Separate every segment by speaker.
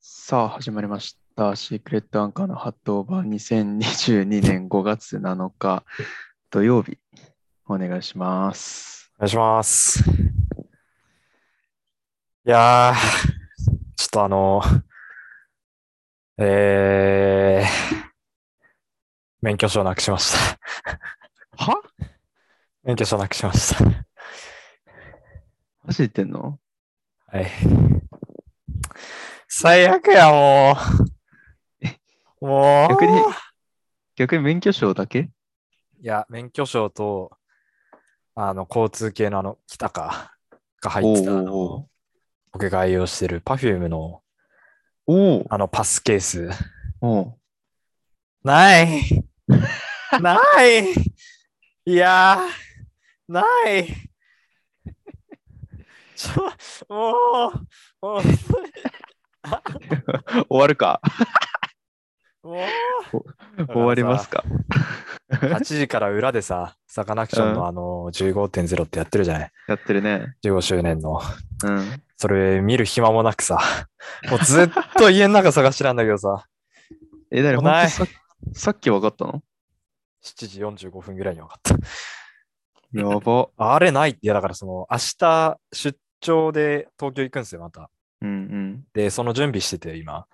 Speaker 1: さあ始まりました。シークレットアンカーの発動版2022年5月7日土曜日お願いします。
Speaker 2: お願いします。いやー、ちょっとあの、えー、免許証なくしました。
Speaker 1: は
Speaker 2: 免許証なくしました。は
Speaker 1: マジで言ってんの
Speaker 2: い。最悪や、もう。もう。
Speaker 1: 逆に逆に免許証だけ
Speaker 2: いや、免許証と、あの、交通系のあの、北か、が入ってた、あ
Speaker 1: おうおうおう
Speaker 2: の僕が愛用してる Perfume の、
Speaker 1: お
Speaker 2: あの、パスケース。
Speaker 1: おう
Speaker 2: ない。ない。いやー、ない。ちょ、もう、も
Speaker 1: 終わるか
Speaker 2: う、もう。
Speaker 1: 終わります
Speaker 2: か
Speaker 1: か
Speaker 2: らさ。8時から裏でさ、サカナクショ
Speaker 1: う
Speaker 2: ンのあの15.0ってやってるじゃない。
Speaker 1: やってるね。
Speaker 2: 15周年の。
Speaker 1: うん。
Speaker 2: それ見る暇もなくさ。もうずっと家の中探してたんだけどさ。
Speaker 1: え、だ
Speaker 2: 来
Speaker 1: 本
Speaker 2: ない
Speaker 1: 当ささっき分かったの
Speaker 2: 7時45分ぐらいに分かった。
Speaker 1: やば。
Speaker 2: あれないって、いやだからその明日出張で東京行くんですよ、また。
Speaker 1: うん
Speaker 2: で、その準備してて、今。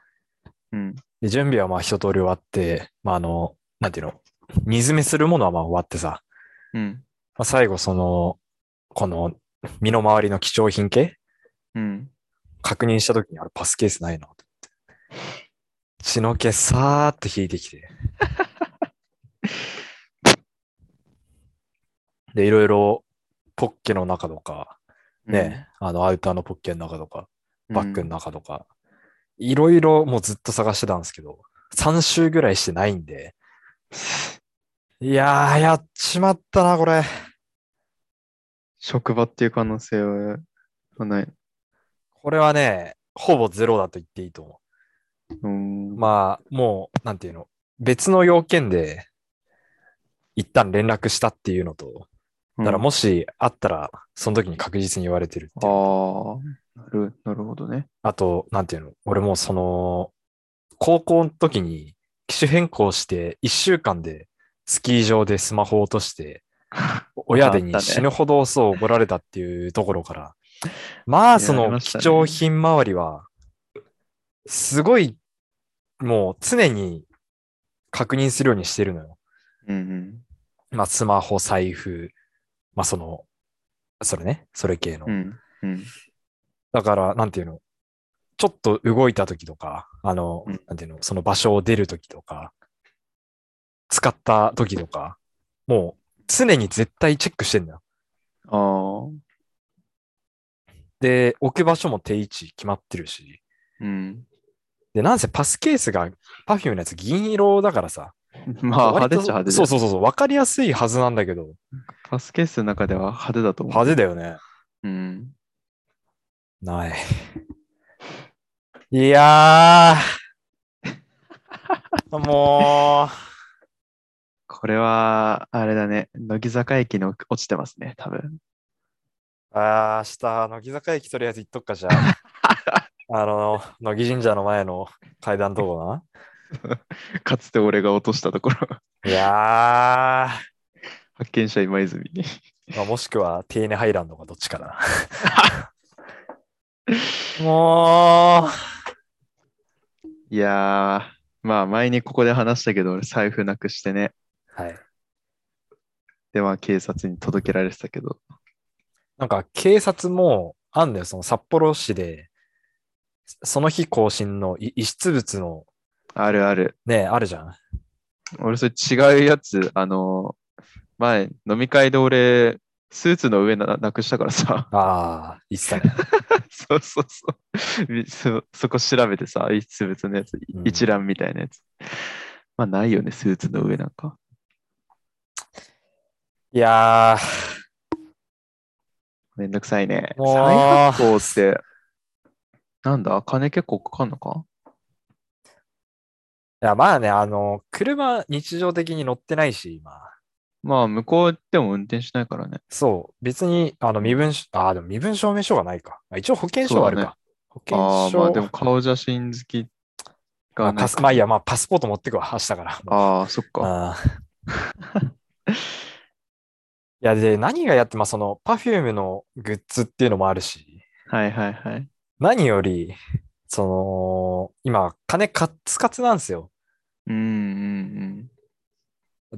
Speaker 1: うんうん
Speaker 2: で、準備はまあ一通り終わって、まああの、なんていうの、煮詰めするものはまあ終わってさ、
Speaker 1: うん
Speaker 2: まあ、最後その、この身の回りの貴重品系
Speaker 1: うん。
Speaker 2: 確認した時にあれパスケースないなと思って。血の気さーっと引いてきて。で、いろいろポッケの中とか、ね、あのアウターのポッケの中とか、
Speaker 1: うん、
Speaker 2: バッグの中とか、いろいろもうずっと探してたんですけど、3週ぐらいしてないんで、いやー、やっちまったな、これ。
Speaker 1: 職場っていう可能性はない。
Speaker 2: これはね、ほぼゼロだと言っていいと思
Speaker 1: うん
Speaker 2: う。まあ、もう、なんていうの、別の要件で、一旦連絡したっていうのと、だからもしあったら、その時に確実に言われてるっていう。
Speaker 1: ああ、なるなるほどね。
Speaker 2: あと、なんていうの、俺もうその、高校の時に機種変更して、1週間でスキー場でスマホを落として、親で
Speaker 1: あ
Speaker 2: に
Speaker 1: ったね
Speaker 2: 死ぬほどそう怒られたっていうところから、まあそ
Speaker 1: いやあり
Speaker 2: の
Speaker 1: ました
Speaker 2: 貴
Speaker 1: ね
Speaker 2: 重品周りは、すごい、もう常に確認するようにしてるのよ。
Speaker 1: うん
Speaker 2: まあスマホ、財布、まあその、それね、それ系の
Speaker 1: うん。う。んうん
Speaker 2: だから、なんていうの、ちょっと動いた時とか、あの、
Speaker 1: うん
Speaker 2: なんていうの、その場所を出る時とか、使った時とか、もう常に絶対チェックしてんだよ。
Speaker 1: ああ、で
Speaker 2: で、置く場所も定位置決まってるし、
Speaker 1: うん。
Speaker 2: で、なんせパスケースが Perfume のやつ銀色だからさ、
Speaker 1: まあ、派手
Speaker 2: 割
Speaker 1: っ
Speaker 2: と
Speaker 1: ちゃ派手
Speaker 2: そう
Speaker 1: う。
Speaker 2: そうそうそう、わかりやすいはずなんだけど、
Speaker 1: パスケースの中では派手だと思う。
Speaker 2: 派手だよね。
Speaker 1: うん。
Speaker 2: ない。いやー、 も
Speaker 1: これは、あれだね。乃木坂駅に落落ちてますね、多分。
Speaker 2: う、あー明日、乃木坂駅とりあえず行っとくか、じゃあ。あの、乃木神社の前の階段とこ
Speaker 1: かつて俺が落としたところ、
Speaker 2: な。いや
Speaker 1: 発見者今泉に。
Speaker 2: ー、まあ、もしくはテーネハイランドかどっちかな。も
Speaker 1: いやー、まあ、前にここで話したけど、俺財布なくしてね。
Speaker 2: う、はい。
Speaker 1: で、まあ、警察に届けられてたけど。
Speaker 2: なんか警察もあんだよ、その札幌市で、その日更新のい遺失物の
Speaker 1: あるある。
Speaker 2: ね、あるじゃん。
Speaker 1: 俺、それ違うやつ、あの前、飲み会で俺、スーツの上ななくしたからさ、
Speaker 2: ああ、言ってたね。
Speaker 1: そうそうそうみそ、そこ調べてさ、遺失物のやつ、
Speaker 2: うん
Speaker 1: 一覧みたいなやつ。まあ、ないよね、スーツの上なんか。
Speaker 2: いや
Speaker 1: めんどくさいね。
Speaker 2: もう
Speaker 1: 再発行って、なんだ、金結構かかんのか
Speaker 2: ー、いやまあね、あの、車日常的に乗ってないし、今。
Speaker 1: まあ、向こうでも運転しないからね。
Speaker 2: そう、別に、あの、身分証、ああ、でも身分証明書がないか。あ一応保険証はあるか。保険
Speaker 1: ああ、
Speaker 2: 証、
Speaker 1: まあでも顔写真好き
Speaker 2: ま
Speaker 1: が
Speaker 2: あ
Speaker 1: な
Speaker 2: パ
Speaker 1: い
Speaker 2: スまあいいや、まあパスポート持ってくわ、明日から。
Speaker 1: ああ、そっか。
Speaker 2: あ ーいや、で、何がやって、まあ、その、パフュームのグッズっていうのもあるし、
Speaker 1: はいはいはい。
Speaker 2: 何より、その、今、金カッツカツなんですよ。
Speaker 1: うんうん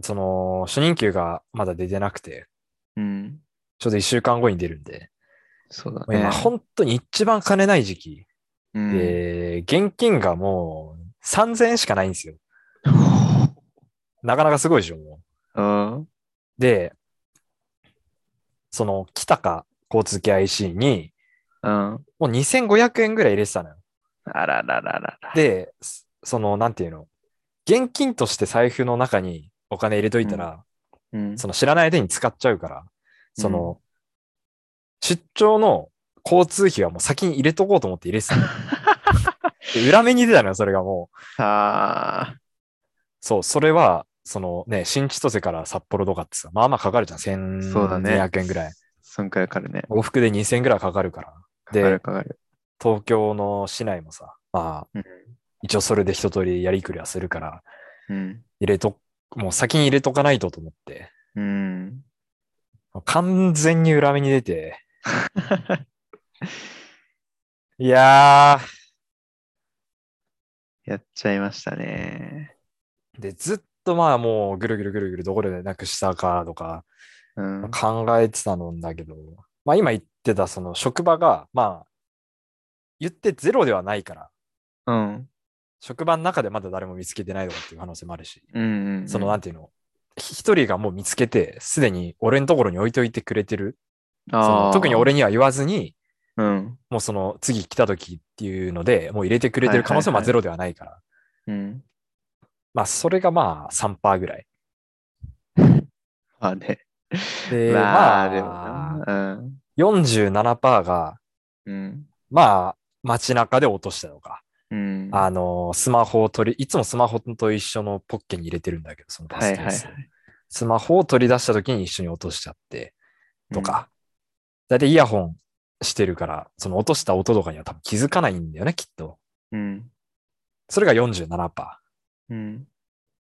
Speaker 2: その、初任給がまだ出てなくて、
Speaker 1: うん。うん。
Speaker 2: ちょうど1週間後に出るんで、
Speaker 1: そうだ
Speaker 2: もう
Speaker 1: ね。
Speaker 2: 今、本当に一番金ない時期
Speaker 1: うん
Speaker 2: で、現金がもう3000円しかないんですよ。なかなかすごいでしょ、も
Speaker 1: うん。
Speaker 2: う。で、その、北か交通系 IC に、
Speaker 1: うん。
Speaker 2: もう2500円ぐらい入れてたのよ。
Speaker 1: あららららら。
Speaker 2: で、s- その、なんていうの、現金として財布の中にお金入れといたら、
Speaker 1: うん
Speaker 2: その知らない間に使っちゃうから、その、出張の交通費はもう先に入れとこうと思って入れ てたの。で裏目に出たのよ、それがもう。
Speaker 1: あ
Speaker 2: そう、それは、そのね、新千歳から札幌とかってさ、まあまあかかるじゃん、
Speaker 1: そうだね
Speaker 2: 1200円ぐらい。
Speaker 1: そんくらいかかるね。
Speaker 2: 往復で2000円ぐらいかかるから。
Speaker 1: かか
Speaker 2: で
Speaker 1: るかかる。
Speaker 2: 東京の市内もさ、まあ、
Speaker 1: うん
Speaker 2: 一応それで一通りやりくりはするから、
Speaker 1: うん。
Speaker 2: 入れと、もう先に入れとかないとと思って、
Speaker 1: うん。
Speaker 2: 完全に裏目に出て、いや
Speaker 1: やっちゃいましたね。
Speaker 2: ー、で、ずっとまあもうぐるぐるぐるぐるどこでなくしたかとか
Speaker 1: うん。
Speaker 2: 考えてたんだけど、まあ今言ってたその職場が、まあ、言ってゼロではないから、
Speaker 1: うん。
Speaker 2: 職場の中でまだ誰も見つけてないとかっていう可能性もあるし、
Speaker 1: うんうんうん。
Speaker 2: そのなんていうの、ひ一人がもう見つけて、すでに俺のところに置いといてくれてる。そ
Speaker 1: あ
Speaker 2: の
Speaker 1: ー
Speaker 2: 特に。俺には言わずに、
Speaker 1: うん。
Speaker 2: もうその次来た時っていうので、もう入れてくれてる可能性もま
Speaker 1: はいはいは
Speaker 2: あ
Speaker 1: い
Speaker 2: ゼロではないから。
Speaker 1: うん。
Speaker 2: まあそれがまあ3%ぐらい。
Speaker 1: まあね。
Speaker 2: で、
Speaker 1: ま
Speaker 2: ま
Speaker 1: あ、
Speaker 2: あ、
Speaker 1: でもな。うん。
Speaker 2: 47%が、
Speaker 1: うん。
Speaker 2: まあ街中で落としたのか。
Speaker 1: うん。
Speaker 2: あの、スマホを取り、いつもスマホと一緒のポッケに入れてるんだけど、そのパ
Speaker 1: はい
Speaker 2: スケ
Speaker 1: は
Speaker 2: ー
Speaker 1: い
Speaker 2: スを。スマホを取り出した時に一緒に落としちゃって、とか。だいたいイヤホンしてるから、その落とした音とかには多分気づかないんだよね、きっと。
Speaker 1: うん。
Speaker 2: それが47%。
Speaker 1: うん。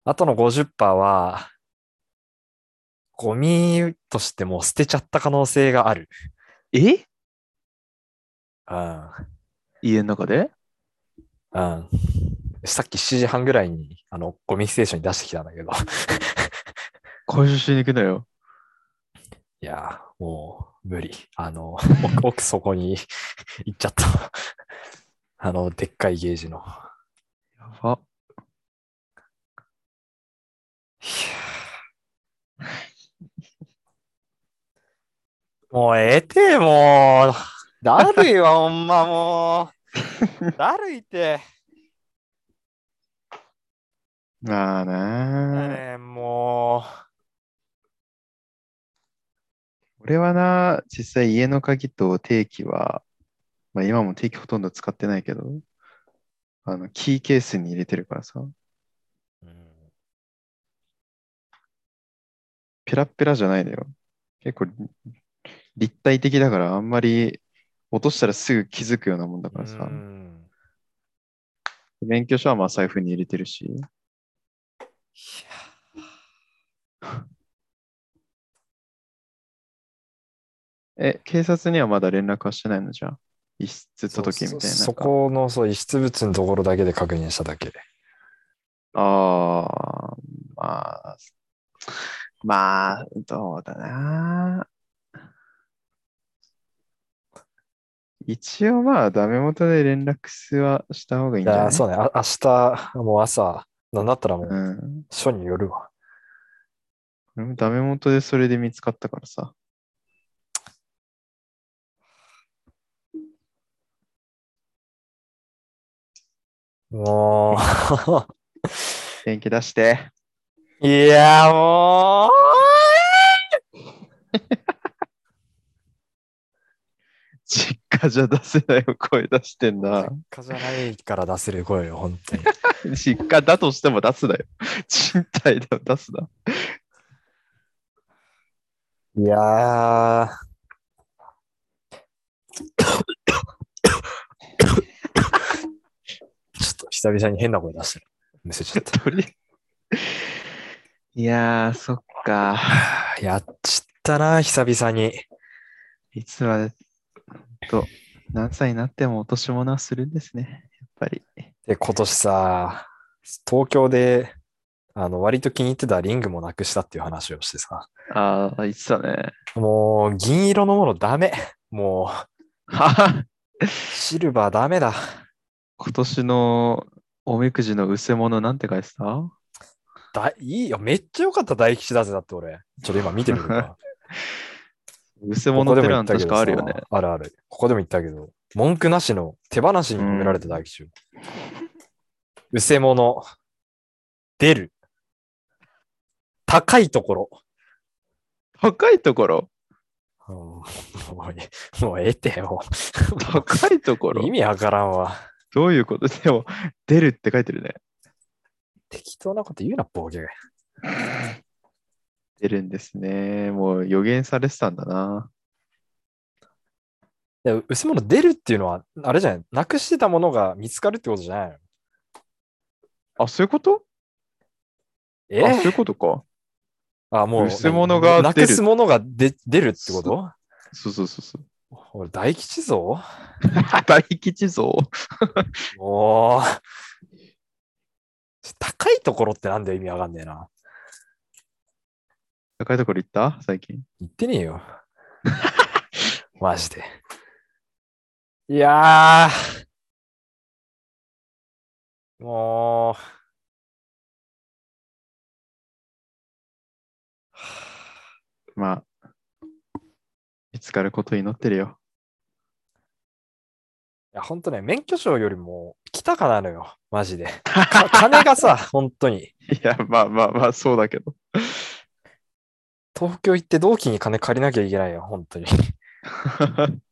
Speaker 2: あとの50%は、ゴミとしてもう捨てちゃった可能性がある。
Speaker 1: え
Speaker 2: うん。
Speaker 1: 家の中で
Speaker 2: うん。さっき7時半ぐらいに、あの、ゴミステーションに出してきたんだけど。
Speaker 1: 回収しに行くなよ。
Speaker 2: いやー、もう、無理。あの、奥、奥そこに 行っちゃった。 あの、でっかいゲージの。いや
Speaker 1: やば。
Speaker 2: ーもう、ええて、もう。だるいわ、ほん ま、もう。だるいって。
Speaker 1: まあなあ。
Speaker 2: ねえもう。
Speaker 1: 俺はな、実際家の鍵と定期は、まあ今も定期ほとんど使ってないけど、あの、キーケースに入れてるからさ、
Speaker 2: うん
Speaker 1: ペラッペラじゃないのよ。結構、立体的だからあんまり落としたらすぐ気づくようなもんだからさ
Speaker 2: う、ん
Speaker 1: 免許証はまあ財布に入れてるし、 え、警察にはまだ連絡はしてないのじゃあ、遺失届みたいな。
Speaker 2: そそこのそう遺失物のところだけで確認しただけ。
Speaker 1: ああ、まあ、まあ、どうだな。一応まあ、ダメ元で連絡はした方がいい
Speaker 2: い
Speaker 1: んじゃ
Speaker 2: や
Speaker 1: な
Speaker 2: ー、
Speaker 1: い
Speaker 2: そうね。あ明日、もう朝、なんだったらもう、
Speaker 1: うん。
Speaker 2: 署によるわ。
Speaker 1: 俺もダメ元でそれで見つかったからさ。
Speaker 2: も
Speaker 1: 電気出して。
Speaker 2: う、 いやー、もう、
Speaker 1: 実家じゃ出せない声出してん な。
Speaker 2: 実家じゃないから出せる声よ、本当に。
Speaker 1: 実家だとしても出すだよ。賃貸だよ、出 すだ。
Speaker 2: いやー。久々に変な声出してる。むせちゃった。
Speaker 1: 鳥いやー、そっか。
Speaker 2: はあやっちったな、久々に。
Speaker 1: いつまで、ほんと、何歳になっても落とし物はするんですね。やっぱり。
Speaker 2: で、今年さ、東京で、あの、割と気に入ってたリングもなくしたっていう話をしてさ、
Speaker 1: ああ、言ってた ね。
Speaker 2: もう、銀色のものダメ。も
Speaker 1: はは
Speaker 2: う、シルバーダメだ。
Speaker 1: 今年のおみくじのうせものなんて書いてた
Speaker 2: だいいよ、めっちゃ良かった大吉だぜ、だって俺。ちょっと今見てみ るか。
Speaker 1: うせ
Speaker 2: こ
Speaker 1: もの
Speaker 2: こで
Speaker 1: テ
Speaker 2: も
Speaker 1: ラ
Speaker 2: 言っ
Speaker 1: ン
Speaker 2: たけ
Speaker 1: 確
Speaker 2: ど
Speaker 1: か
Speaker 2: さ
Speaker 1: あるよね。。
Speaker 2: あるある。ここでも言ったけど、文句なしの手放しに込められた大吉よ。うせもの、出る。高いところ。
Speaker 1: 高いところ
Speaker 2: うんもうえ、もうええ って、も
Speaker 1: 高いとこ
Speaker 2: う。
Speaker 1: ろ
Speaker 2: 意味わからんわ。
Speaker 1: どういうことでも、出るって書いてるね。
Speaker 2: 適当なこと言うな、ボケが。
Speaker 1: 出るんですね。もう予言されてたんだな。
Speaker 2: いや、薄物出るっていうのは、あれじゃないなくしてたものが見つかるってことじゃないの
Speaker 1: あ、そういうこと
Speaker 2: え
Speaker 1: あ、そういうことか。
Speaker 2: あ、もう、
Speaker 1: 薄物が出る
Speaker 2: なくすものが出出るってこと
Speaker 1: そうそうそう そう。
Speaker 2: 俺、大吉像
Speaker 1: 大吉像
Speaker 2: おー高いところってなんだよ、意味わかんねえな。
Speaker 1: 高いところ行った最近。
Speaker 2: 言ってねえよ。 マジで。いやー。もう。
Speaker 1: まあ、見つかること祈ってるよ。
Speaker 2: いや、ほんとね、免許証よりも来たかなのよ、マジで。か金がさ、 本当に。
Speaker 1: いや、まあまあまあ、そうだけど。
Speaker 2: 東京行って同期に金借りなきゃいけないよ、本当に。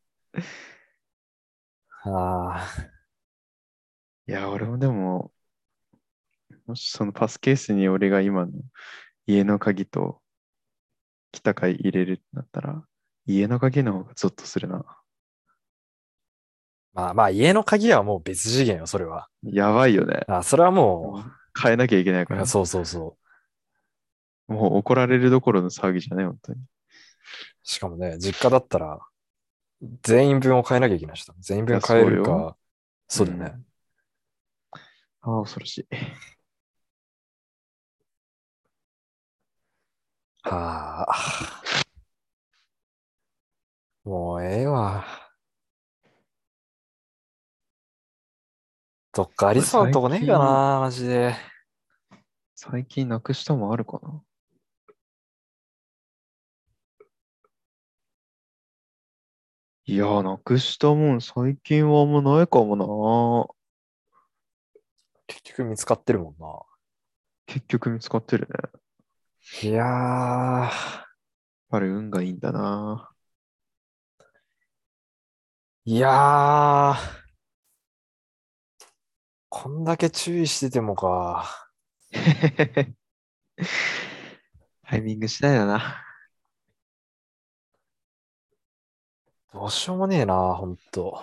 Speaker 2: ああ、
Speaker 1: いや、俺もでも、もしそのパスケースに俺が今の家の鍵と北海入れるってなったら、家の鍵の方がゾッとするな。
Speaker 2: まあまあ、家の鍵はもう別次元よ、それは。
Speaker 1: やばいよね。
Speaker 2: あそれはも
Speaker 1: 変えなきゃいけないから
Speaker 2: う、。そうそうそう。
Speaker 1: もう怒られるどころの騒ぎじゃない、本当に。
Speaker 2: しかもね、実家だったら、全員分を変えなきゃいけないしな、全員分変える
Speaker 1: いやそう
Speaker 2: か、そうだよね。
Speaker 1: ああ、恐ろしい。
Speaker 2: はあ。もうええわ。どっかありそうなとこねえかな、マジで。
Speaker 1: 最近なくしたもあるかな。いやー、なくしたもん、最近はあんまないかも
Speaker 2: 結局見つかってるもんな。
Speaker 1: な。結局見つかってるね。やっ
Speaker 2: いやー、
Speaker 1: ぱり運がいいんだな。
Speaker 2: いやー。こんだけ注意しててもか。
Speaker 1: タイミング次第だな。
Speaker 2: どうしようもねえな、ほんと。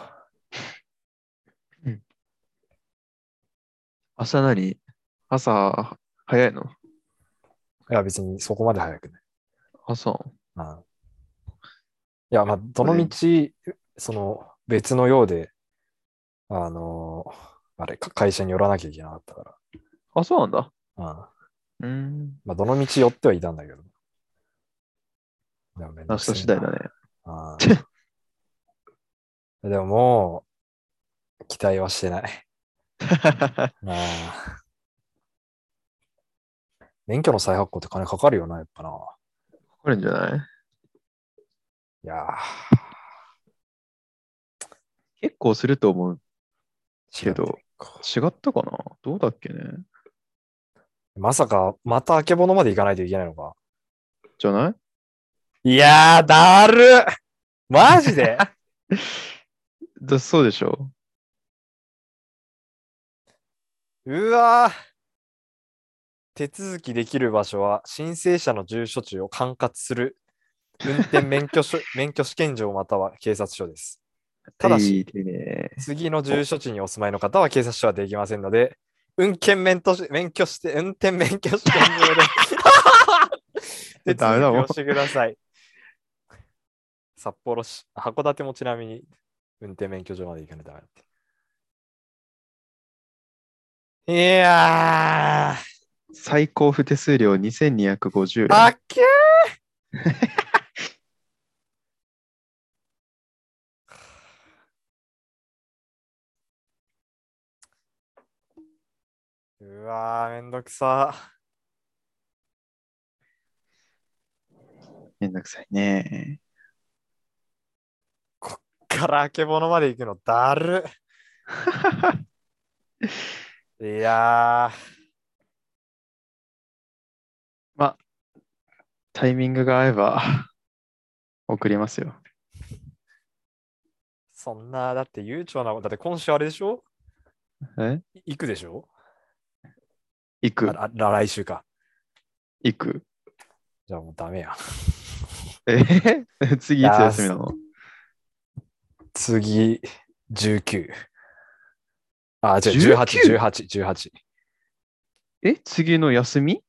Speaker 1: 朝何朝、早いの
Speaker 2: いや、別にそこまで早くね。
Speaker 1: 朝。
Speaker 2: うんいや、まあ、どの道、その、別のようで、あのーあれ、か会社に寄らなきゃいけなかったか
Speaker 1: あ、そうなんだ。
Speaker 2: ら、うん。
Speaker 1: うーん。
Speaker 2: まあ、どの道寄ってはいたんだけど。でもめんど
Speaker 1: 明
Speaker 2: くせ
Speaker 1: 日
Speaker 2: えな
Speaker 1: 次第 だね。
Speaker 2: うん でももう、期待はしてない。うん免許の再発行って金かかるよな、やっぱな。
Speaker 1: これんじゃない
Speaker 2: いや
Speaker 1: 結構すると思う
Speaker 2: ー
Speaker 1: けど、違ったかなどうだっけね
Speaker 2: まさか、またあけぼのまで行かないといけないのか。
Speaker 1: じゃない
Speaker 2: いやー、だるっマジで
Speaker 1: だそうでしょ
Speaker 2: うわー手続きできる場所は申請者の住所地を管轄する運転免許所免許試験場または警察署です。ただ
Speaker 1: い
Speaker 2: し
Speaker 1: いね。
Speaker 2: 次の住所地にお住まいの方は警察署はできませんので、運転免許し免許して、運転免許試験場 で手
Speaker 1: ダメだ
Speaker 2: 続き
Speaker 1: もん
Speaker 2: をしてください。札幌市、函館もちなみに運転免許証まで行かないとダメだって。いやー、
Speaker 1: 最高不手数料2250円。
Speaker 2: あっけーうわー、めんどくさ。
Speaker 1: めんどくさいね。
Speaker 2: からあけぼのまで行くのだ るっ。いや
Speaker 1: タイミングが合えば送りますよ。
Speaker 2: ー、そんな、だって悠長な、だって今週あれでしょ
Speaker 1: え
Speaker 2: い行くでしょ
Speaker 1: 行く、
Speaker 2: あら来週か。
Speaker 1: 行く。
Speaker 2: じゃあもうダメや。
Speaker 1: えへへ 次いつ休みなの
Speaker 2: 次、19。あ、違う、18、18、18。
Speaker 1: え次の休み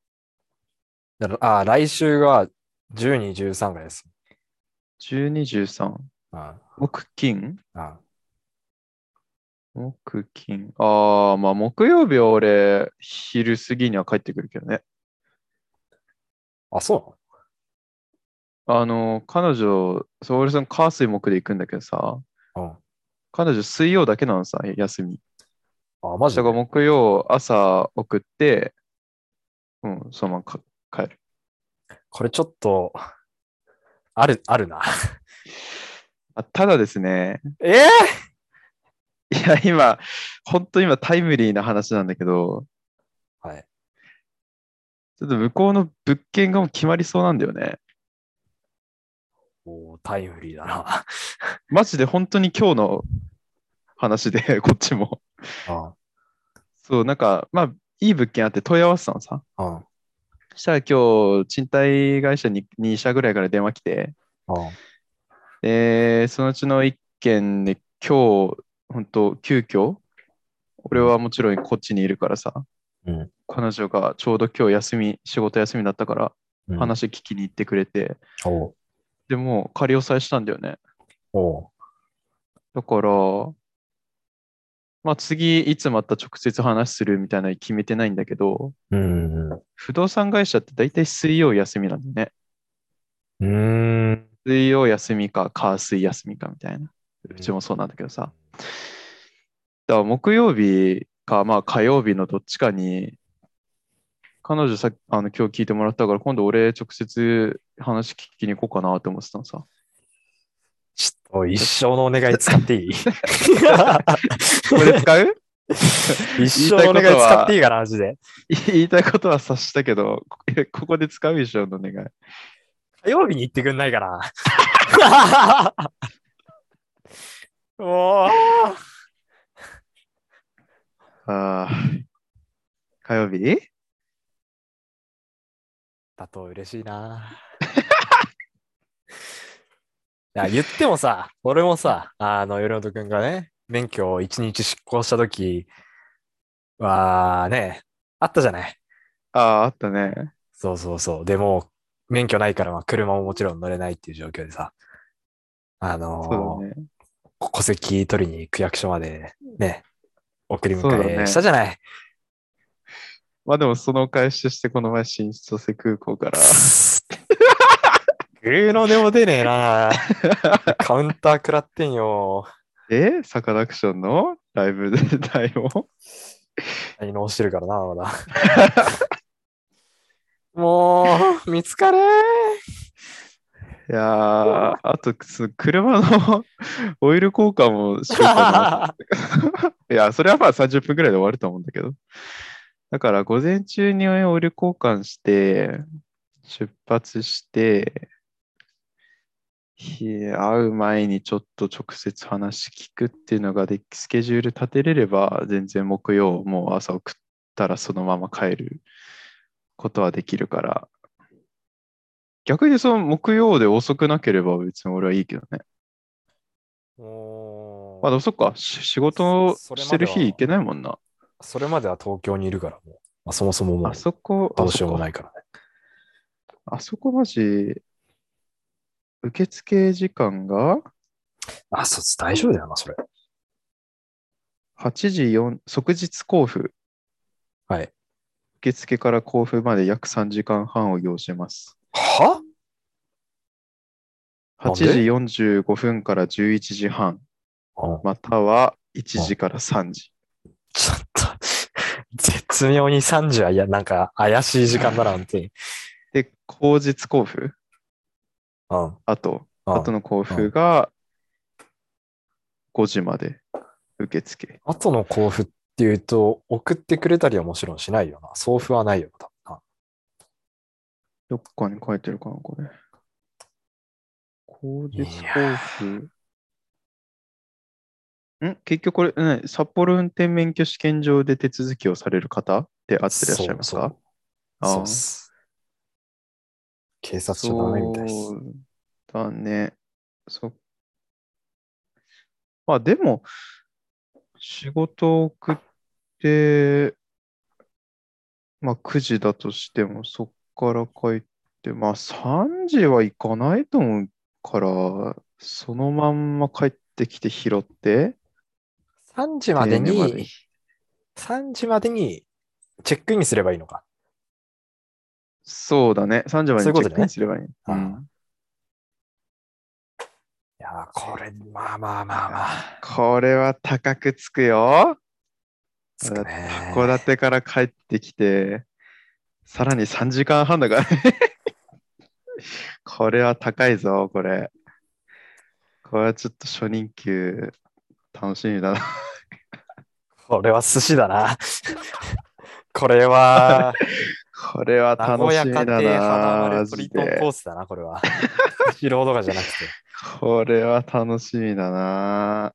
Speaker 2: だからあ、来週が12、13ぐらいです。
Speaker 1: ?12、13。
Speaker 2: あ
Speaker 1: 木、金
Speaker 2: あ
Speaker 1: 木、金。ああ、まあ木曜日は俺、昼過ぎには帰ってくるけどね。
Speaker 2: あ、そ
Speaker 1: あの、彼女、そう俺その火水木で行くんだけどさ、
Speaker 2: うなの
Speaker 1: 彼女水曜だけなのさ、休み。
Speaker 2: うん。あ、マジで
Speaker 1: だから木曜朝送って、うん、そのままか帰る。
Speaker 2: これちょっと、ある、ある な。
Speaker 1: あただですね、
Speaker 2: ええ
Speaker 1: いや、今、本当今タイムリーな話なんだけど、
Speaker 2: はい。
Speaker 1: ちょっと向こうの物件がもう決まりそうなんだよね。
Speaker 2: おータイムリーだな。
Speaker 1: マジで本当に今日の話で、 こっちも。
Speaker 2: あ
Speaker 1: そう、なんか、まあ、いい物件あって問い合わせたのさ。
Speaker 2: あ、あ
Speaker 1: そしたら今日、賃貸会社に2社ぐらいから電話来て、
Speaker 2: あ、
Speaker 1: で、そのうちの1件で今日、本当急遽、俺はもちろんこっちにいるからさ、
Speaker 2: うん
Speaker 1: 彼女がちょうど今日休み、仕事休みだったから、
Speaker 2: うん。
Speaker 1: 話聞きに行ってくれて、
Speaker 2: おう
Speaker 1: でもう仮押さえしたんだよね。
Speaker 2: おう
Speaker 1: だから、まあ次いつまた直接話するみたいなの決めてないんだけど、
Speaker 2: うん。う
Speaker 1: 不動産会社って大体水曜休みなんだよね。
Speaker 2: ーん。
Speaker 1: 水曜休みか、火水休みかみたいな。うちもそうなんだけどさ。だから木曜日か、まあ火曜日のどっちかに、彼女さ、あの今日聞いてもらったから、今度俺直接話聞きに行こうかなと思ってたのさ。
Speaker 2: ちょっと一生のお願い使っ ていい
Speaker 1: これ使う
Speaker 2: 一生のお願い使っていいかな、マジで。
Speaker 1: 言いたいことは察したけど、こえここで使うでしょ、お願い。
Speaker 2: 火曜日に行ってくんないか な。もう、
Speaker 1: ああ。火曜日
Speaker 2: だと嬉しい な。いや言ってもさ、俺もさ、あの、よりもとくんがね、免許を1日執行したときはね、あったじゃない。
Speaker 1: ああ、あったね。
Speaker 2: そうそうそう。でもう、免許ないから、まあ、車ももちろん乗れないっていう状況でさ、あのー
Speaker 1: そうだね。
Speaker 2: こ戸籍取りに区役所までね、送り
Speaker 1: そうだ
Speaker 2: 迎え
Speaker 1: ね
Speaker 2: したじゃ ない。
Speaker 1: まあでも、そのお返しとして、この前、新千歳空港から。
Speaker 2: グーの音も出ねえな。 カウンター食らってんよ。
Speaker 1: えサカナクションのライブで 対応
Speaker 2: 滞納してるからな、ま だ。もう、見つか れー
Speaker 1: いやー、あと、その車の オイル交換もしようかな。いや、それはまあ30分くらいで終わると思うんだけど。だから、午前中にオイル交換して、出発して、日会う前にちょっと直接話聞くっていうのができ、スケジュール立てれれば、全然木曜、もう朝送ったらそのまま帰ることはできるから、逆にその木曜で遅くなければ別に俺はいいけどね。
Speaker 2: も
Speaker 1: あ、でもそっか、し仕事
Speaker 2: そ
Speaker 1: してる
Speaker 2: それま
Speaker 1: 日
Speaker 2: では
Speaker 1: 行けないもんな。
Speaker 2: それまでは東京にいるから、もう、まあ、そもそももう
Speaker 1: あ、そこ、。
Speaker 2: どうしようもないいからね。
Speaker 1: あそこマジ、受付時間が
Speaker 2: あ、そう、大丈夫だよな、それ。
Speaker 1: 8時4、即日交付。
Speaker 2: はい。
Speaker 1: 受付から交付まで約3時間半を要します。
Speaker 2: はなんで
Speaker 1: 8時45分から11時半、
Speaker 2: うん
Speaker 1: または1時から3時。
Speaker 2: ちょっと、絶妙に3時は、いや、なんか怪しい時間だな、本当に。
Speaker 1: で、後日交付、
Speaker 2: うん。うん
Speaker 1: あと、あとの交付が5時まで受付。
Speaker 2: 後の交付っていうと、送ってくれたりはもちろんしないよな。送付はないよな、多分な。
Speaker 1: どっかに書いてるかな、これ。後日
Speaker 2: い
Speaker 1: 交
Speaker 2: や
Speaker 1: 付。ん結局これ、うん札幌運転免許試験場で手続きをされる方ってあってらっしゃいますか
Speaker 2: そうそうそう
Speaker 1: あ
Speaker 2: っ
Speaker 1: ー
Speaker 2: す。警察署ダメみたいです
Speaker 1: そ。うだね。そまあでも、仕事を送って、まあ9時だとしても、そっから帰って、まあ3時は行かないと思うから、そのまんま帰ってきて拾って、
Speaker 2: 3時まで
Speaker 1: 定年まで
Speaker 2: に、3時までにチェックインすればいいのか。
Speaker 1: そうだね、3時まで
Speaker 2: そ
Speaker 1: に
Speaker 2: ういうこ
Speaker 1: チェッ
Speaker 2: と
Speaker 1: クイ
Speaker 2: ね
Speaker 1: ンすればいい。
Speaker 2: あー
Speaker 1: うん
Speaker 2: いやー、これ、まあまあまあまあ。
Speaker 1: これは高くつくよ。
Speaker 2: つくねー
Speaker 1: 函館から帰ってきて、さらに3時間半だからね。 これは高いぞ、これ。これはちょっと初任給楽しみだな。
Speaker 2: これは寿司だな。 こ れは、
Speaker 1: これは
Speaker 2: 名
Speaker 1: 楽
Speaker 2: 古
Speaker 1: し
Speaker 2: 屋
Speaker 1: み
Speaker 2: 家
Speaker 1: だな
Speaker 2: 庭花。
Speaker 1: マ
Speaker 2: 丸ト
Speaker 1: ジ
Speaker 2: リトン
Speaker 1: で
Speaker 2: コースだな、これは。スシローとかじゃなくて。
Speaker 1: これは楽しみだな。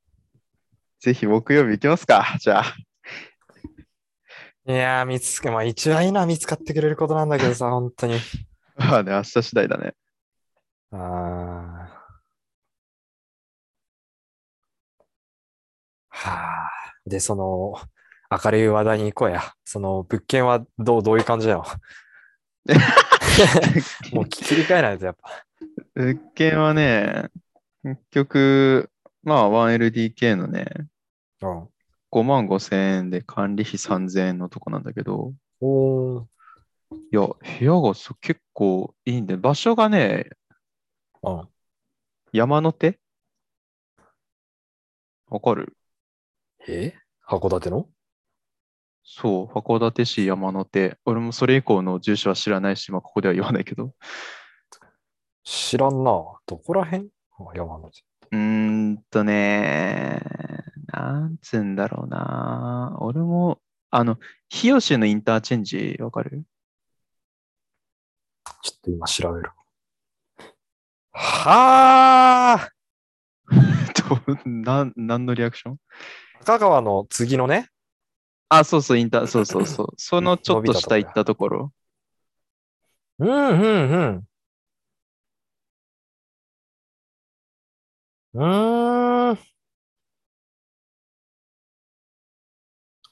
Speaker 1: ぜひ木曜日行きますか、じゃあ。
Speaker 2: いやー、見つけ、まあ一番いいのは見つかってくれることなんだけどさ、本当に。
Speaker 1: まあね、明日次第だね。
Speaker 2: あーはあ。で、その、明るい話題に行こうや。その、物件はどう、どういう感じだよ。 もう切り替えないと、やっぱ。
Speaker 1: 物件はね、結局、まあ 1LDK のね、
Speaker 2: うん。
Speaker 1: 5万5千円で管理費3千円のとこなんだけど、
Speaker 2: おー
Speaker 1: いや、部屋がそ結構いいんで、場所がね、
Speaker 2: うん。
Speaker 1: 山の手わかる
Speaker 2: え函館の
Speaker 1: そう、函館市山の手。俺もそれ以降の住所は知らないし、まあ、ここでは言わないけど。
Speaker 2: 知らんな。どこらへん山の手。
Speaker 1: うーんとね、なんつうんだろうな。俺も、あの、日吉のインターチェンジ、わかる
Speaker 2: ちょっと今調べる。はあ
Speaker 1: となん、何のリアクション
Speaker 2: 赤川の次のね。
Speaker 1: あ、そうそう、インター、そうそうそう。そのちょっと下
Speaker 2: 伸び
Speaker 1: 行った
Speaker 2: た
Speaker 1: ところ。
Speaker 2: うんうんうん。うーん。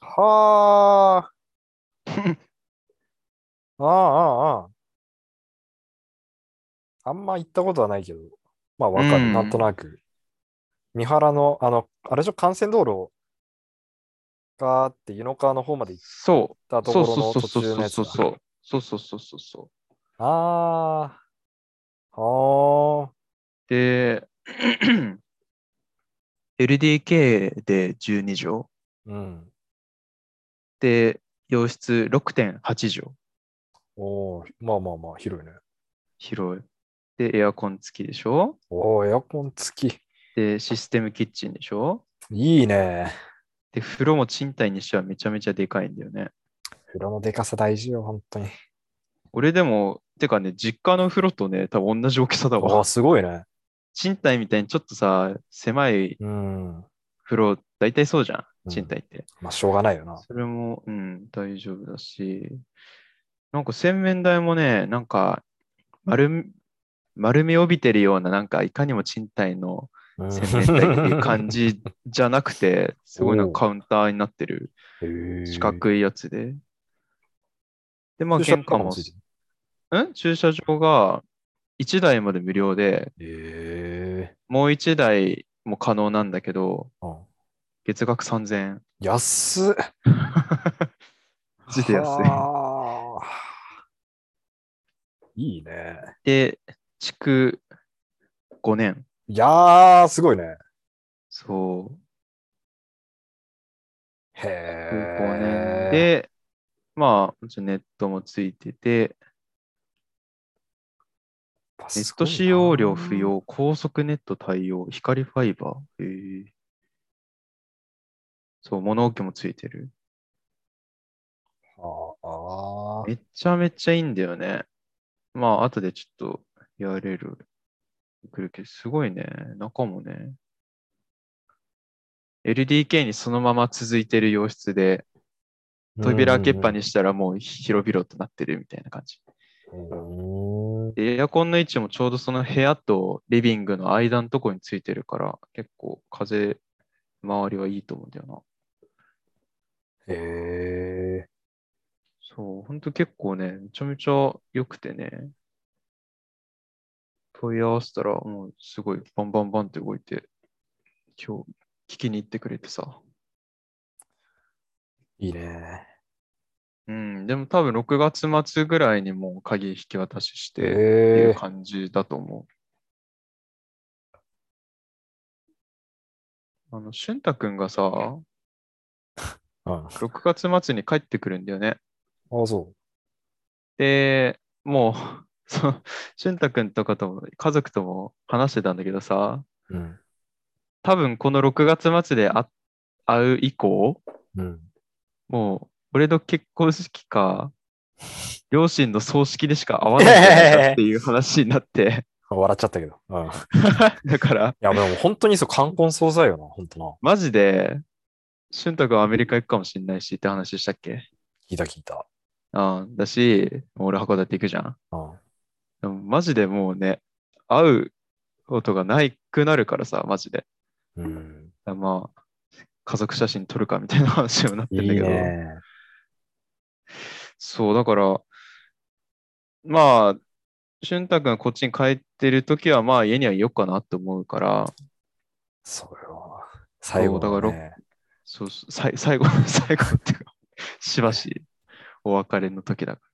Speaker 2: はあ。ああああああ。あんま行ったことはないけど、まあわか
Speaker 1: う
Speaker 2: る、
Speaker 1: ん
Speaker 2: なんとなく。三原の、あの、あれでしょ、幹線道路があって、湯の川の方まで行っ
Speaker 1: そう。
Speaker 2: たとこ
Speaker 1: そう
Speaker 2: ろ
Speaker 1: そう
Speaker 2: の途
Speaker 1: そう
Speaker 2: 中の
Speaker 1: そう
Speaker 2: やつ
Speaker 1: そう
Speaker 2: だ。
Speaker 1: そう。そうそうそうそうそう。
Speaker 2: ああ。はあ。
Speaker 1: で、LDK で12畳。
Speaker 2: うん。
Speaker 1: で、洋室6.8畳。
Speaker 2: おお、まあまあまあ、広いね。
Speaker 1: 広い。で、エアコン付きでしょ
Speaker 2: おお、エアコン付き。
Speaker 1: で、システムキッチンでしょ
Speaker 2: いいね。
Speaker 1: で、風呂も賃貸にしてはめちゃめちゃでかいんだよね。
Speaker 2: 風呂のでかさ大事よ、本当に。
Speaker 1: 俺でも、てかね、実家の風呂とね、多分同じ大きさだ
Speaker 2: お
Speaker 1: わ
Speaker 2: お、。すごいね。
Speaker 1: 賃貸みたいにちょっとさ、狭い
Speaker 2: うん。
Speaker 1: 風呂、大体そうじゃ
Speaker 2: うん
Speaker 1: ん。賃貸って。
Speaker 2: まあ、しょうがないよな。
Speaker 1: それも、うん、大丈夫だし、なんか洗面台もね、なんか丸み、丸みを帯びてるような、なんかいかにも賃貸の
Speaker 2: うん
Speaker 1: 洗面台っていう感 じじゃなくて、すごいなんかカウンターになってる四角いやつで。で、まあ
Speaker 2: へー
Speaker 1: 玄関も、ん駐車場が1台まで無料で、
Speaker 2: え
Speaker 1: もう1台も可能なんだけど、
Speaker 2: ー、うん
Speaker 1: 月額3000円。
Speaker 2: 安っ。
Speaker 1: マジで安い。
Speaker 2: はあいいね。
Speaker 1: で、築5年。
Speaker 2: いやー、すごいね。
Speaker 1: そう。
Speaker 2: へえ。
Speaker 1: 5年で、まあ、もちろんネットもついてて、
Speaker 2: やっぱす
Speaker 1: ネ
Speaker 2: ごいな、
Speaker 1: ット使用料不要、高速ネット対応、光ファイバー。へえそう、物置もついてる。
Speaker 2: ああ。
Speaker 1: めっちゃめっちゃいいんだよね。まあ、後でちょっとやれる。来るけど、すごいね。中もね。LDK にそのまま続いてる洋室で、扉開けっぱにしたらもう広々となってるみたいな感じ。
Speaker 2: うん。うん
Speaker 1: でエアコンの位置もちょうどその部屋とリビングの間のとこについてるから、結構風周りはいいと思うんだよな。
Speaker 2: へえ。
Speaker 1: そう、ほんと結構ね、めちゃめちゃ良くてね。問い合わせたら、もうすごいバンバンバンって動いて、今日聞きに行ってくれてさ。
Speaker 2: いいね。
Speaker 1: うん、でも多分6月末ぐらいにもう鍵引き渡ししてっていう
Speaker 2: へえ。
Speaker 1: 感じだと思う。あの、俊太くんがさ、
Speaker 2: うん
Speaker 1: 6月末に帰ってくるんだよね。
Speaker 2: ああ、そ
Speaker 1: で、もう、 その、俊太くんとかとも、家族とも話してたんだけどさ、
Speaker 2: う。うん。
Speaker 1: 多分この6月末であ会う以降、
Speaker 2: うん。
Speaker 1: もう、俺の結婚式か、両親の葬式でしか会わないんじゃないかっていう話になって、
Speaker 2: 笑っちゃったけど。うん。い
Speaker 1: だから、
Speaker 2: や、でも本当にそう、冠婚葬祭よな、本当な。
Speaker 1: マジで、俊太くんはアメリカ行くかもしれないしって話したっけ
Speaker 2: 聞いた聞いた。
Speaker 1: うん、だし、俺函館行くじゃん。
Speaker 2: うん。
Speaker 1: でもマジでもうね、会うことがないくなるからさ、マジで。
Speaker 2: うん。
Speaker 1: まあ、家族写真撮るかみたいな話にもなって
Speaker 2: い
Speaker 1: ん
Speaker 2: い
Speaker 1: だけど、
Speaker 2: ね。
Speaker 1: そう、だから、まあ、俊太君がこっちに帰ってるときは、まあ家にはいよっかなと思うから、
Speaker 2: そうよ。最後
Speaker 1: そうだか
Speaker 2: の、ね。
Speaker 1: そうそうさい最後 の最後っていうか、しばしお別れの時だか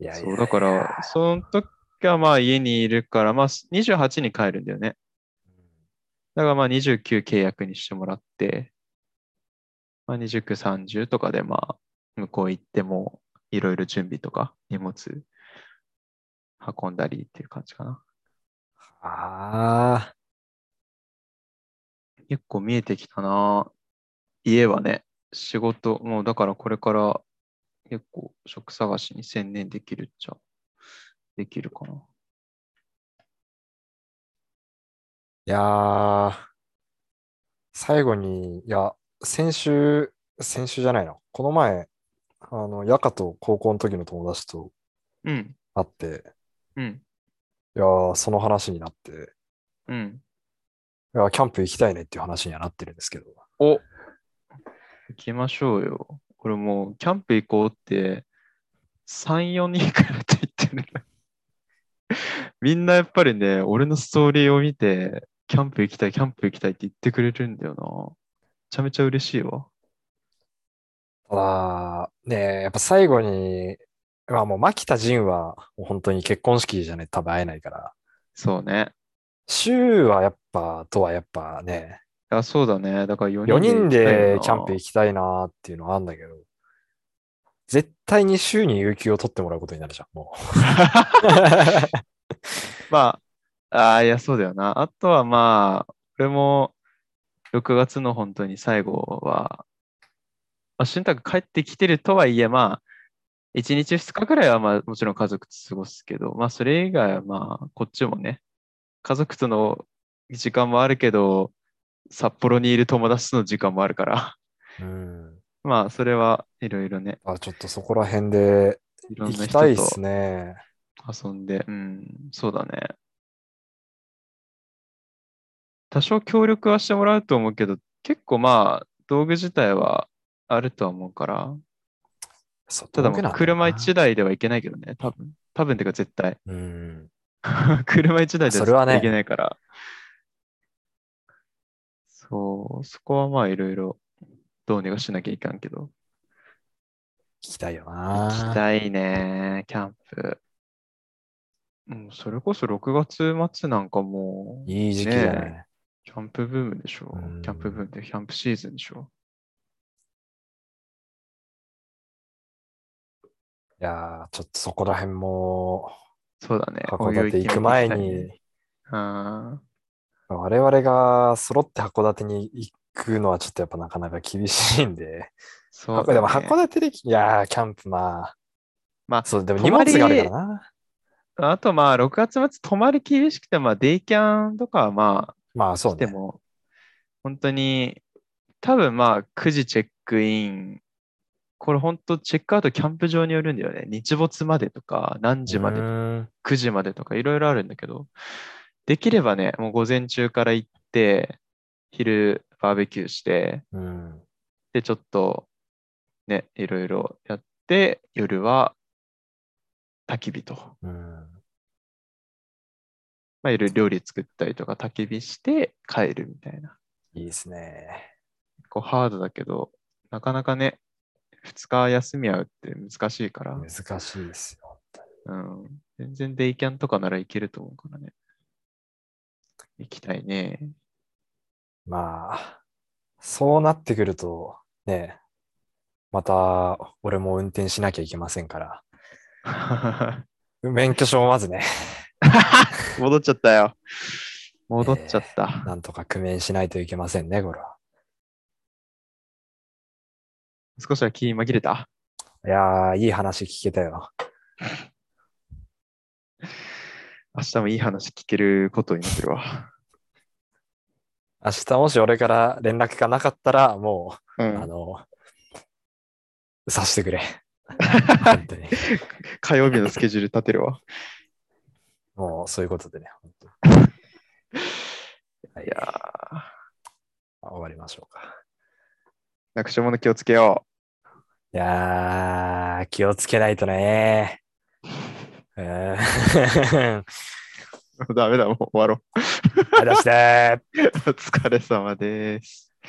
Speaker 2: いや
Speaker 1: ら。
Speaker 2: いや
Speaker 1: そう、だから、その時はまあ家にいるから、まあ28に帰るんだよね。だからまあ29契約にしてもらって、まあ、29、30とかでまあ向こう行ってもいろいろ準備とか荷物運んだりっていう感じかな。
Speaker 2: ああ、
Speaker 1: 結構見えてきたな。家はね、仕事、もうだからこれから結構職探しに専念できるっちゃできるかな。
Speaker 2: いやー、最後に、いや、先週、先週じゃないな。この前、あの、ヤカと高校の時の友達と
Speaker 1: うん、
Speaker 2: 会って、
Speaker 1: うん、
Speaker 2: いやー、その話になって、い
Speaker 1: うん。
Speaker 2: やー、キャンプ行きたいねっていう話にはなってるんですけど。
Speaker 1: お行きましょうよ。これもうキャンプ行こうって3、4人からって言ってる。 みんなやっぱりね、俺のストーリーを見て、キャンプ行きたい、キャンプ行きたいって言ってくれるんだよな。めちゃめちゃ嬉しいわ。
Speaker 2: ただ、ねえやっぱ最後に、まあもう、牧田仁は、もう本当に結婚式じゃね、多分会えないから、
Speaker 1: そうね。
Speaker 2: 柊はやっぱ、とはやっぱね、
Speaker 1: あ、そうだね。だから4
Speaker 2: 4人
Speaker 1: 人で
Speaker 2: で
Speaker 1: 行きたい
Speaker 2: キャ
Speaker 1: よな
Speaker 2: ンプ行きたいなーっていうのはあるんだけど、絶対に週に有給を取ってもらうことになるじゃん、もう。
Speaker 1: まあ、あーいや、そうだよな。あとはまあ、俺も6月の本当に最後は、まあ、俊太君帰ってきてるとはいえ、まあ、1日2日くらいはまあ、もちろん家族と過ごすけど、まあ、それ以外はまあ、こっちもね、家族との時間もあるけど、札幌にいる友達との時間もあるから、
Speaker 2: うん。
Speaker 1: まあ、それはいろいろね、
Speaker 2: あ、ちょっとそこら辺で
Speaker 1: いろ
Speaker 2: 行
Speaker 1: んな
Speaker 2: き
Speaker 1: 人
Speaker 2: たいっ
Speaker 1: と
Speaker 2: すね。
Speaker 1: 遊んで、うん、そうだね。多少協力はしてもらうと思うけど、結構まあ、道具自体はあるとは思うから、
Speaker 2: そう
Speaker 1: ただ
Speaker 2: 道
Speaker 1: ま
Speaker 2: 具なん
Speaker 1: あ
Speaker 2: よ
Speaker 1: 車
Speaker 2: な
Speaker 1: 1台ではいけないけどね、多分。多分てか絶対。
Speaker 2: うん。
Speaker 1: 車1台で
Speaker 2: それはね
Speaker 1: いけないから。そう、そこはまあいろいろどうにかしなきゃいかんけど。
Speaker 2: 聞きたいよ
Speaker 1: 行
Speaker 2: な。
Speaker 1: きたいね、キャンプ。うん、それこそ6月末なんかもう、
Speaker 2: いい時期だね。
Speaker 1: ねキャンプブームでしょ
Speaker 2: うん。
Speaker 1: キャンプブームでキャンプシーズンでしょ。
Speaker 2: いやーちょっとそこら辺も、
Speaker 1: そうだね。
Speaker 2: 函館行く前に、
Speaker 1: あ
Speaker 2: 我々が揃って函館に行くのはちょっとやっぱなかなか厳しいんで、
Speaker 1: そう
Speaker 2: で
Speaker 1: だ、
Speaker 2: も函
Speaker 1: ね。
Speaker 2: 館で、いやーキャンプまあ、
Speaker 1: まあ
Speaker 2: そう、でも
Speaker 1: 泊
Speaker 2: 荷
Speaker 1: ま
Speaker 2: 物
Speaker 1: り
Speaker 2: があるからな。
Speaker 1: あとまあ、6月末、泊まり厳しくて、まあ、デイキャンとかはま
Speaker 2: まあ
Speaker 1: あ、
Speaker 2: そう
Speaker 1: 来て
Speaker 2: ね。
Speaker 1: も、本当に、多分まあ、9時チェックイン、これ本当チェックアウトキャンプ場によるんだよね。日没までとか、何時まで
Speaker 2: うーん
Speaker 1: 9時までとかいろいろあるんだけど、できればね、もう午前中から行って、昼バーベキューして、
Speaker 2: うん。
Speaker 1: で、ちょっとね、いろいろやって、夜は焚き火と、
Speaker 2: うん。
Speaker 1: まあ、いろいろ料理作ったりとか、焚き火して帰るみたいな。
Speaker 2: いいですね。
Speaker 1: 結構ハードだけど、なかなかね、2日休み合うって難しいから、
Speaker 2: 難しいですよ。
Speaker 1: うん、全然デイキャンとかならいけると思うからね。行きたいね。
Speaker 2: まあ、そうなってくると、ね、また俺も運転しなきゃいけませんから、免許証を まずね、
Speaker 1: 戻っちゃったよ。戻っちゃった。
Speaker 2: なんとか工面しないといけませんね、これは。
Speaker 1: 少しは気紛れた。
Speaker 2: いやー、いい話聞けたよ。
Speaker 1: 明日もいい話聞けることになってるわ。
Speaker 2: 明日もし俺から連絡がなかったら、も
Speaker 1: う
Speaker 2: う、 あ
Speaker 1: ん、
Speaker 2: の、さしてくれ。本当に。
Speaker 1: 火曜日のスケジュール立てるわ。
Speaker 2: もう、そういうことでね。本当にはい
Speaker 1: い、や
Speaker 2: 終わりましょうか。
Speaker 1: ー、なくし物気をつけよ
Speaker 2: いやー、気をつけないとね。うーん。
Speaker 1: う。ダメだ、もう終わろ
Speaker 2: はい出して
Speaker 1: う。お疲れ様です。